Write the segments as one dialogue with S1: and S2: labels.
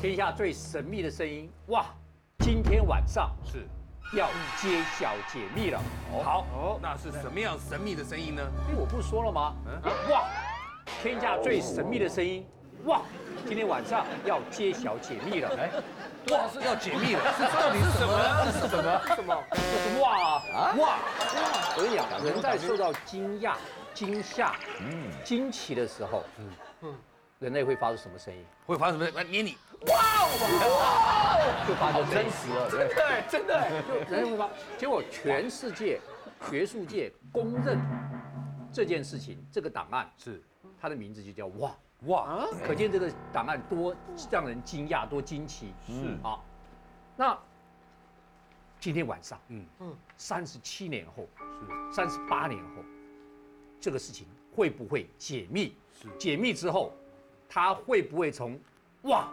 S1: 天下最神秘的声音，哇！今天晚上
S2: 是。
S1: 要揭晓解密了。好，
S2: 哦，那是什么样神秘的声音呢？
S1: 哎，我不说了吗？
S2: 嗯
S1: 哇！天下最神秘的声音，哇！今天晚上要揭晓解密了。哎，
S2: 哇，是要解密了，是到底是什么？是什么？
S1: 什么？就是哇啊哇！我跟你讲，人在受到惊讶、惊吓、惊奇的时候，嗯人类会发出什么声音？
S2: 会发生什么？来捏你，
S1: 就发出真实了，对。
S2: 啊对，真的哎。
S1: 就人类会发，结果全世界学术界公认这件事情，这个档案
S2: 是
S1: 它的名字就叫哇，
S2: 哇，
S1: 可见这个档案多让人惊讶，多惊奇。
S2: 是
S1: 啊，那今天晚上，
S2: 嗯
S1: 三十七年后，
S2: 是
S1: 三十八年后，这个事情会不会解密？
S2: 是
S1: 解密之后，它会不会从哇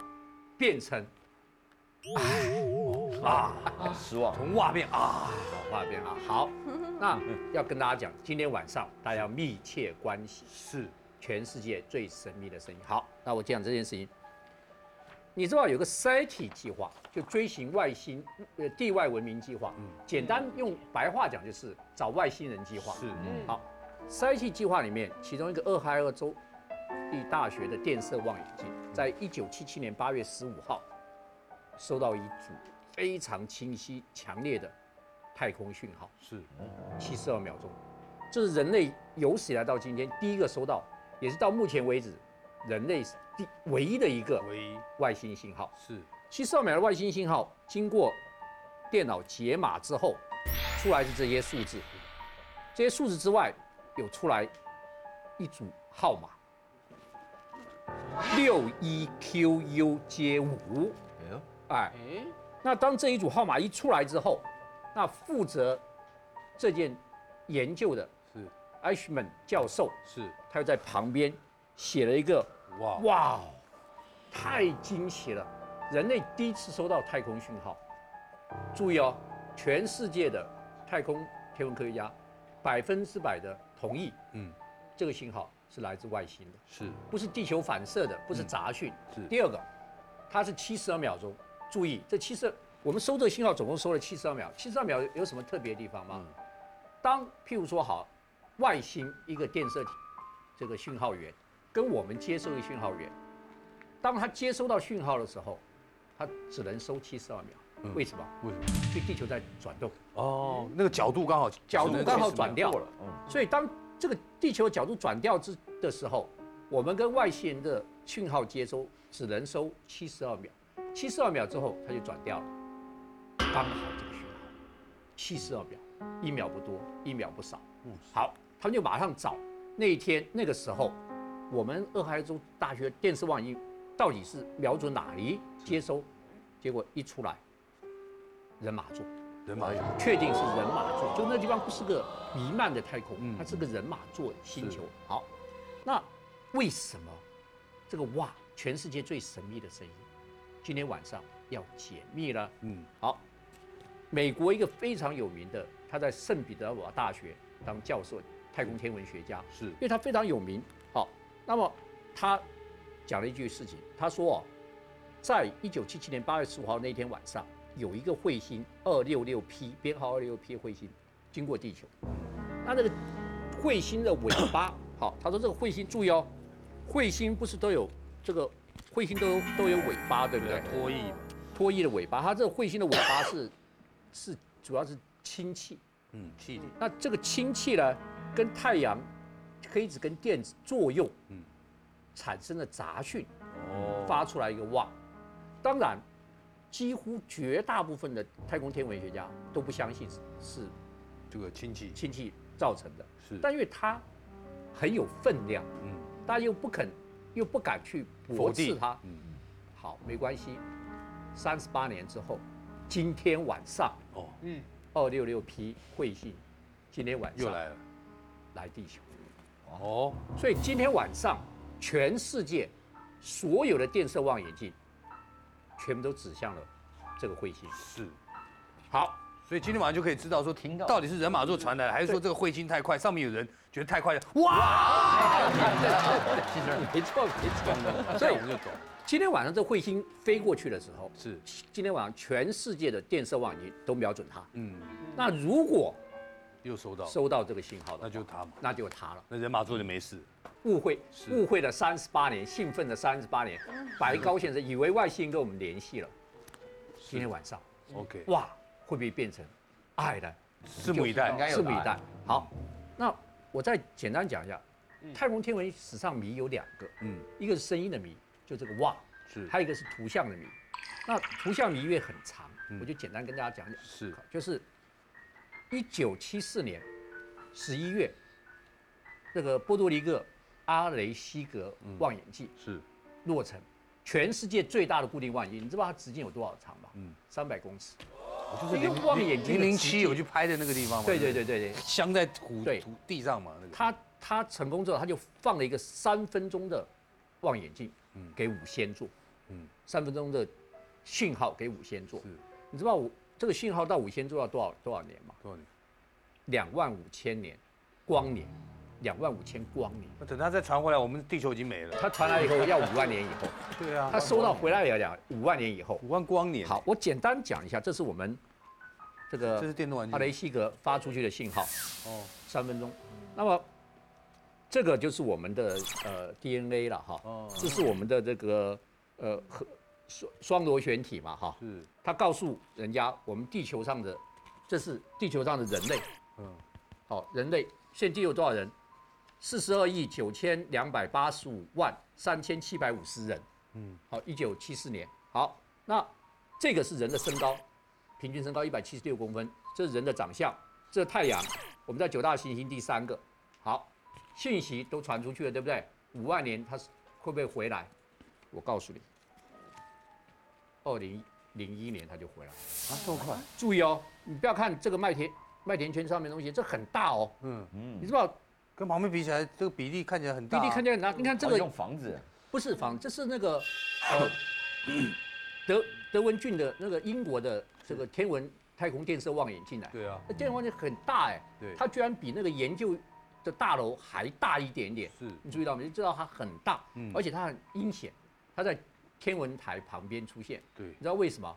S1: 变成啊？
S3: 失望。
S2: 从哇变啊，
S1: 画面啊。好，那要跟大家讲，今天晚上大家要密切关系
S2: 是
S1: 全世界最神秘的声音。好，那我讲这件事情。你知道有个 SETI 计划，就追寻外星呃地外文明计划，
S2: 嗯
S1: 简单用白话讲就是找外星人计划。嗯
S2: 是
S1: 好，SETI 计划里面，其中一个俄亥俄州立大学的电射望远镜，在一九七七年八月十五号，收到一组非常清晰、强烈的太空讯号，
S2: 是
S1: 七十二秒钟，这是人类有史以来到今天第一个收到，也是到目前为止人类第唯一的一个
S2: 唯一
S1: 外星信号。
S2: 是
S1: 七十二秒的外星信号经过电脑解码之后，出来是这些数字。这些数字之外，有出来一组号码，六一 QUJ 五。
S3: 哎呦，
S1: 哎，那当这一组号码一出来之后，那负责这件研究的
S2: 是
S1: Ashman 教授，
S2: 是
S1: 他又在旁边写了一个
S2: 哇
S1: 哇哦，太惊奇了！人类第一次收到太空讯号。注意哦，全世界的太空天文科学家百分之百的同意，
S2: 嗯
S1: 这个信号是来自外星的，
S2: 是
S1: 不是地球反射的，不是杂讯。
S2: 是
S1: 第二个，它是七十二秒钟。注意，这七十，我们收这个信号总共收了七十二秒。七十二秒有什么特别的地方吗？
S2: 嗯
S1: 当譬如说好，外星一个电射体这个讯号源跟我们接收的讯号源，当它接收到讯号的时候，它只能收七十二秒。
S2: 嗯
S1: 为什么？
S2: 为什么？
S1: 因为地球在转动，
S2: 哦，那个角度刚好
S1: 角度刚好转掉
S3: 过
S1: 了
S3: 了。，嗯，
S1: 所以当这个地球角度转掉之的时候，我们跟外星人的讯号接收只能收七十二秒，七十二秒之后它就转掉了，刚好这个讯号，七十二秒，一秒不多，一秒不少。嗯，好，他们就马上找那一天那个时候，我们俄亥俄州大学电视望远镜到底是瞄准哪里接收，结果一出来，人马座。
S2: 人马有
S1: 确定是人马座，就那地方不是个弥漫的太空，
S2: 嗯
S1: 它是个人马座星球
S2: 是。
S1: 好，那为什么这个哇，全世界最神秘的声音，今天晚上要解密了？
S2: 嗯
S1: 好，美国一个非常有名的，他在圣彼得堡大学当教授，太空天文学家，
S2: 是
S1: 因为他非常有名。好，那么他讲了一句事情，他说哦，在一九七七年八月十五号那天晚上，有一个彗星二六六 P 编号二六六 P 彗星经过地球，那这个彗星的尾巴， 好，他说这个彗星注意哦，彗星不是都有这个彗星都有都有尾巴，对不对？
S2: 脱衣
S1: 脱翼的尾巴，它这个彗星的尾巴是是主要是氢气，
S2: 嗯气体
S1: 那这个氢气呢，跟太阳黑子跟电子作用，
S2: 嗯
S1: 产生了杂讯，
S2: 哦
S1: 发出来一个哇。当然，几乎绝大部分的太空天文学家都不相信是是
S2: 这个氢气
S1: 氢气造成的，
S2: 是
S1: 但因为它很有分量，
S2: 嗯
S1: 大家又不肯又不敢去驳
S2: 否
S1: 斥
S2: 定
S1: 它。
S2: 嗯
S1: 好，没关系，三十八年之后，今天晚上
S2: 哦
S1: 二六六 P 彗星，今天晚上
S2: 又来了
S1: 来地球。
S2: 哦
S1: 所以今天晚上，全世界所有的电射望远镜，全部都指向了这个彗星。
S2: 是
S1: 好，
S2: 所以今天晚上就可以知道说，听到到底是人马座传来的，还是说这个彗星太快，上面有人觉得太快了，哇！
S1: 没错没错。所以
S2: 我们就懂，
S1: 今天晚上这彗星飞过去的时候，
S2: 是，
S1: 今天晚上全世界的电视望远镜都瞄准它。
S2: 嗯，
S1: 那如果
S2: 又收到，
S1: 收到这个信号的话，
S2: 那就他嘛，
S1: 那就它了。
S2: 那人马座就没事，
S1: 误会，
S2: 是
S1: 误会了三十八年，兴奋了三十八年。白高先生以为外星人跟我们联系了，今天晚上
S2: OK，
S1: 哇，会不会变成爱呢？
S2: 拭目以待
S3: 应。该有
S1: 拭目
S3: 答
S1: 以
S3: 案。
S1: 待。好，那我再简单讲一下，太空天文史上谜有两个，
S2: 嗯，
S1: 一个是声音的谜，就这个哇，
S2: 是
S1: 还有一个是图像的谜。那图像谜因为很长
S2: 嗯，
S1: 我就简单跟大家讲讲。
S2: 是
S1: 就是一九七四年十一月，这个波多黎各阿雷西格
S2: 嗯
S1: 望远镜
S2: 是，
S1: 落成，全世界最大的固定望远镜，你知道它直径有多少长吗？
S2: 嗯
S1: 嗯，三百公尺。
S2: 我就
S1: 这个望远镜
S2: 零
S1: 的
S2: 零
S1: 直
S2: 七
S1: 径
S2: 有去拍的那个地方嘛，
S1: 对对对对对，
S2: 镶在土
S1: 对
S2: 土地上嘛，那个
S1: 他他成功之后，他就放了一个三分钟的望远镜
S2: 嗯
S1: 给五仙座，
S2: 嗯
S1: 嗯，三分钟的讯号给五仙座
S2: 是。
S1: 你知道我这个信号到五仙座要多少多少年吗？
S2: 多少年？
S1: 两万五千年光年，两万五千光年。
S2: 那等他再传回来，我们地球已经没了。
S1: 他传来以后要五万年以 后，
S2: 对啊
S1: 他收到回来也要讲五万年以后。
S2: 五万光年。，
S1: 好，我简单讲一下，这是我们这
S2: 这是
S1: 个
S2: 电动玩具。
S1: 阿雷西格发出去的信号，
S2: 哦，
S1: 三分钟。那么这个就是我们的呃 DNA 了哈，
S2: 哦，
S1: 这是我们的这个呃和双双螺旋体嘛哈，
S2: 是，
S1: 它告诉人家我们地球上的，这是地球上的人类，
S2: 嗯，
S1: 好，人类现地有多少人？四十二亿九千两百八十五万三千七百五十人。
S2: 嗯
S1: 嗯，好，一九七四年。好，那这个是人的身高，平均身高一百七十六公分，这是人的长相，这是太阳，我们在九大行星第三个。好，信息都传出去了，对不对？五万年它是会不会回来？我告诉你，二零零一年它就回来了。
S2: 啊，这么快？
S1: 注意哦，你不要看这个麦田麦田圈上面的东西，这很大哦。
S2: 嗯，
S1: 你知道
S2: 跟旁边比起来，这个比例看起来很
S1: 弟
S2: 大啊。
S1: 弟看见拿，你看这
S3: 哦
S1: 个
S3: 用房子，
S1: 不是房，这是那个 呃德德文郡的那个英国的这个天文太空电射望远镜来，
S2: 对啊，
S1: 那天文望远镜很大哎，
S2: 对，
S1: 它居然比那个研究的大楼还大一点点，
S2: 是，
S1: 你注意到没？就知道它很大，
S2: 嗯
S1: 而且它很阴险，它在天文台旁边出现，
S2: 对
S1: 你知道为什么？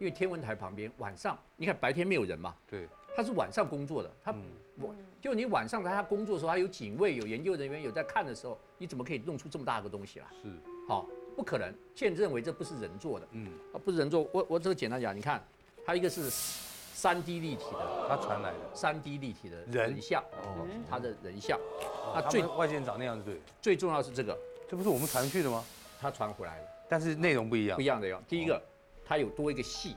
S1: 因为天文台旁边晚上，你看白天没有人嘛，
S2: 对，
S1: 他是晚上工作的，他
S2: 嗯
S1: 我就你晚上在他工作的时候，他有警卫、有研究人员有在看的时候，你怎么可以弄出这么大个东西来？
S2: 是，
S1: 好，不可能。现认为这不是人做的，
S2: 嗯，
S1: 啊，不是人做。我我这个简单讲，你看，它一个是三 D 立体的，
S2: 他传来的。
S1: 三 D 立体的
S2: 人
S1: 人像，
S2: 哦，
S1: 它的人像。
S2: 哦
S1: 那
S2: 他
S1: 最
S2: 们外线长那样子，对，
S1: 最重要的是这个，
S2: 这不是我们传去的吗？
S1: 它传回来了
S2: 但是内容不一样
S1: 不一。样的哟。第一个，
S2: 哦
S1: 它有多一个系，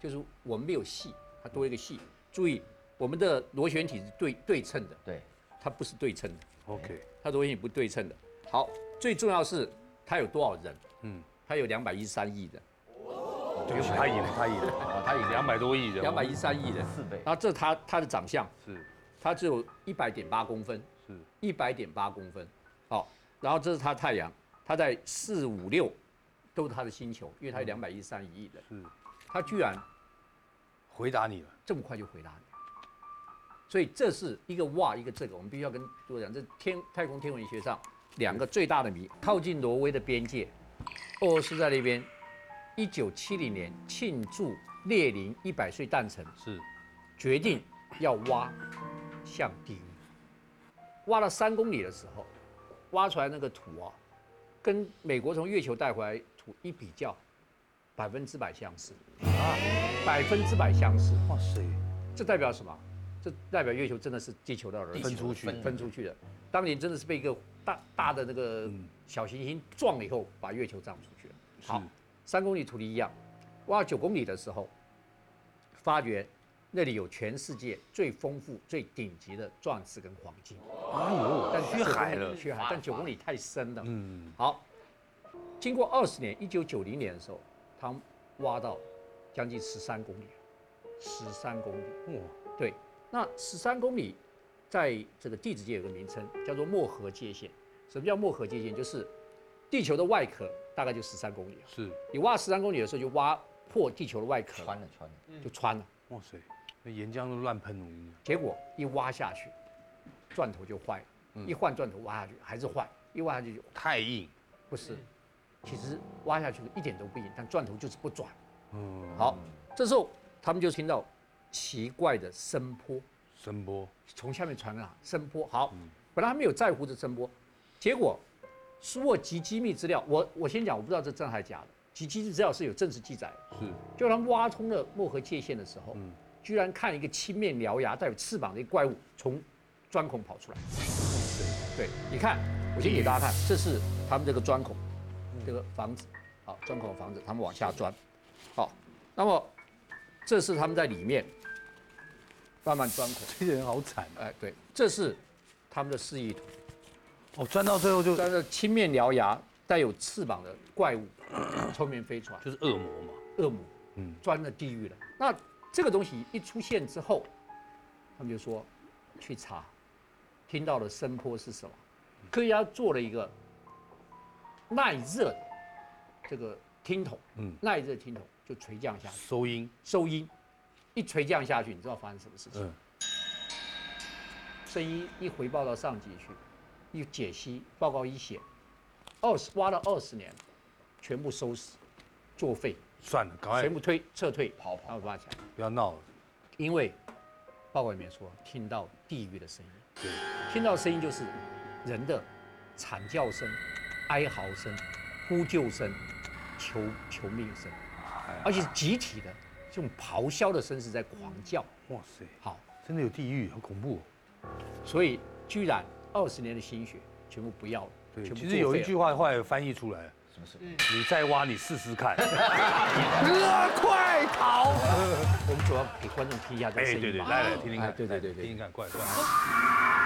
S1: 就是我们没有系，它多一个系。注意，我们的螺旋体是对对称的，
S3: 对，
S1: 它不是对称的。
S2: OK，
S1: 它的危险不对称的。好，最重要是它有多少人？
S2: 嗯
S1: 嗯，它有两百一十三亿人，
S2: 对不起，他赢了，他赢了，
S3: 哦，他已经
S2: 两百多亿人，
S1: 两百一十三亿人。
S3: 四倍，
S1: 然后这它它的长相，
S2: 是
S1: 它只有一百点八公分，
S2: 是
S1: 一百点八公分。好，然后这是它太阳，它在四五六都是它的星球，因为它有两百一十三亿人，
S2: 是，
S1: 它居然
S2: 回答你了。
S1: 这么快就回答你。所以这是一个哇，一个这个，我们必须要跟诸位讲，这天太空天文学上两个最大的谜。靠近挪威的边界，俄罗斯在那边，一九七零年庆祝列宁一百岁诞辰，
S2: 是，
S1: 决定要挖向地狱。挖了三公里的时候，挖出来那个土啊，跟美国从月球带回来土一比较，百分之百相似，啊百分之百相似。
S2: 哇塞，
S1: 这代表什么？这代表月球真的是地球的儿子
S2: 分出去
S3: 分
S1: 分出去的。当年真的是被一个大大的那个
S2: 嗯
S1: 小行星撞了以后，把月球撞出去了。好，三公里土地一样，挖到九公里的时候，发觉那里有全世界最丰富、最顶级的钻石跟黄金，
S2: 哎呦，
S1: 但
S2: 缺海了。
S1: 缺海，但九公里太深了。
S2: 嗯，
S1: 好，经过二十年，一九九零年的时候，他们挖到将近十三公里，十三公里。
S2: 哇，
S1: 对，那十三公里，在这个地质界有个名称叫做漠河界限。什么叫漠河界限？就是地球的外壳大概就十三公里了。
S2: 是，
S1: 你挖十三公里的时候，就挖破地球的外壳，
S3: 穿了穿了，
S1: 就穿了。
S2: 哇塞，那岩浆都乱喷，我跟你讲
S1: 结果一挖下去，钻头就坏了，
S2: 嗯
S1: 一换钻头挖下去还是坏，一挖下去就
S2: 太硬。
S1: 不是，其实挖下去一点都不硬，但钻头就是不转。
S2: 嗯，
S1: 好，这时候他们就听到奇怪的声波
S2: 声波，
S1: 从下面传来，声波。好
S2: 嗯，
S1: 本来他们有在乎这声波，结果苏沃及机密资料，我我先讲，我不知道这真还假的。及机密资料是有正式记载的，
S2: 是，
S1: 就他们挖通了漠河界限的时候，
S2: 嗯
S1: 居然看一个青面獠牙、带有翅膀的一个怪物从钻孔跑出来。对，你看，我先给大家看，这是他们这个钻孔，这个房子，好，钻孔的房子，他们往下钻，好，那么这是他们在里面慢慢钻孔，
S2: 这些人好惨啊！
S1: 哎，对，这是他们的示意图，
S2: 哦，钻到最后就
S1: 但是青面獠牙、带有翅膀的怪物从面飞出来，
S2: 就是恶魔嘛。
S1: 恶魔，
S2: 嗯
S1: 钻了地狱了。那这个东西一出现之后，他们就说去查，听到的声波是什么？科学家做了一个耐热的这个听筒，
S2: 嗯，
S1: 耐热听筒就垂降下去
S2: 收音，
S1: 收音，一垂降下去，你知道发生什么事情？
S2: 嗯，
S1: 声音一回报到上级去，一解析报告一写，二十挖了二十年，全部收拾，作废，
S2: 算了，赶快
S1: 全部推撤退，
S3: 跑跑
S1: 然后挖起来。
S2: 不要闹了。
S1: 因为报告里面说听到地狱的声音，
S2: 对，
S1: 听到声音就是人的惨叫声、哀嚎声、呼救声、求求命声，而且是集体的这种咆哮的声是在狂叫。
S2: 哇塞，
S1: 好，
S2: 真的有地狱，好恐怖、哦。
S1: 所以居然二十年的心血全部不要了，
S2: 对，
S1: 全部
S2: 其实有一句
S1: 话，
S2: 话后来翻译出来，
S3: 什么事？
S2: 你再挖，你试试 看。啊快 逃！
S1: 我们主要给观众听一下这
S2: 哎
S1: 个，声音
S2: 对对，
S1: 吧
S2: 来来听听
S1: 哎
S2: 看，
S1: 对对对
S2: 来
S1: 对
S2: 听听看，怪怪。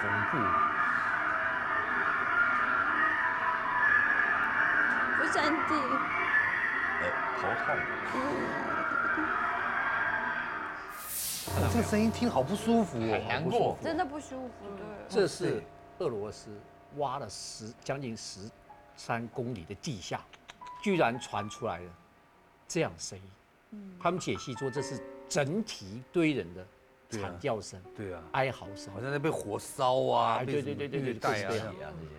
S2: 恐怖，
S4: 不算地狱，
S3: 哎，头痛。
S2: 这个声音听好不舒服哦，
S3: 很难过
S2: 好不舒服
S4: 真的不舒服，对。
S1: 这是俄罗斯挖了十将近十三公里的地下，居然传出来了这样声音。他们解析说这是整体一堆人的
S2: 对啊
S1: 惨叫声、
S2: 对啊，
S1: 哀嚎声
S2: 好。像在被火烧啊，
S1: 哎
S2: 被
S1: 对
S2: 什么
S1: 对对对对
S2: 虐待
S1: 对
S2: 啊
S1: 对。
S3: 啊，这些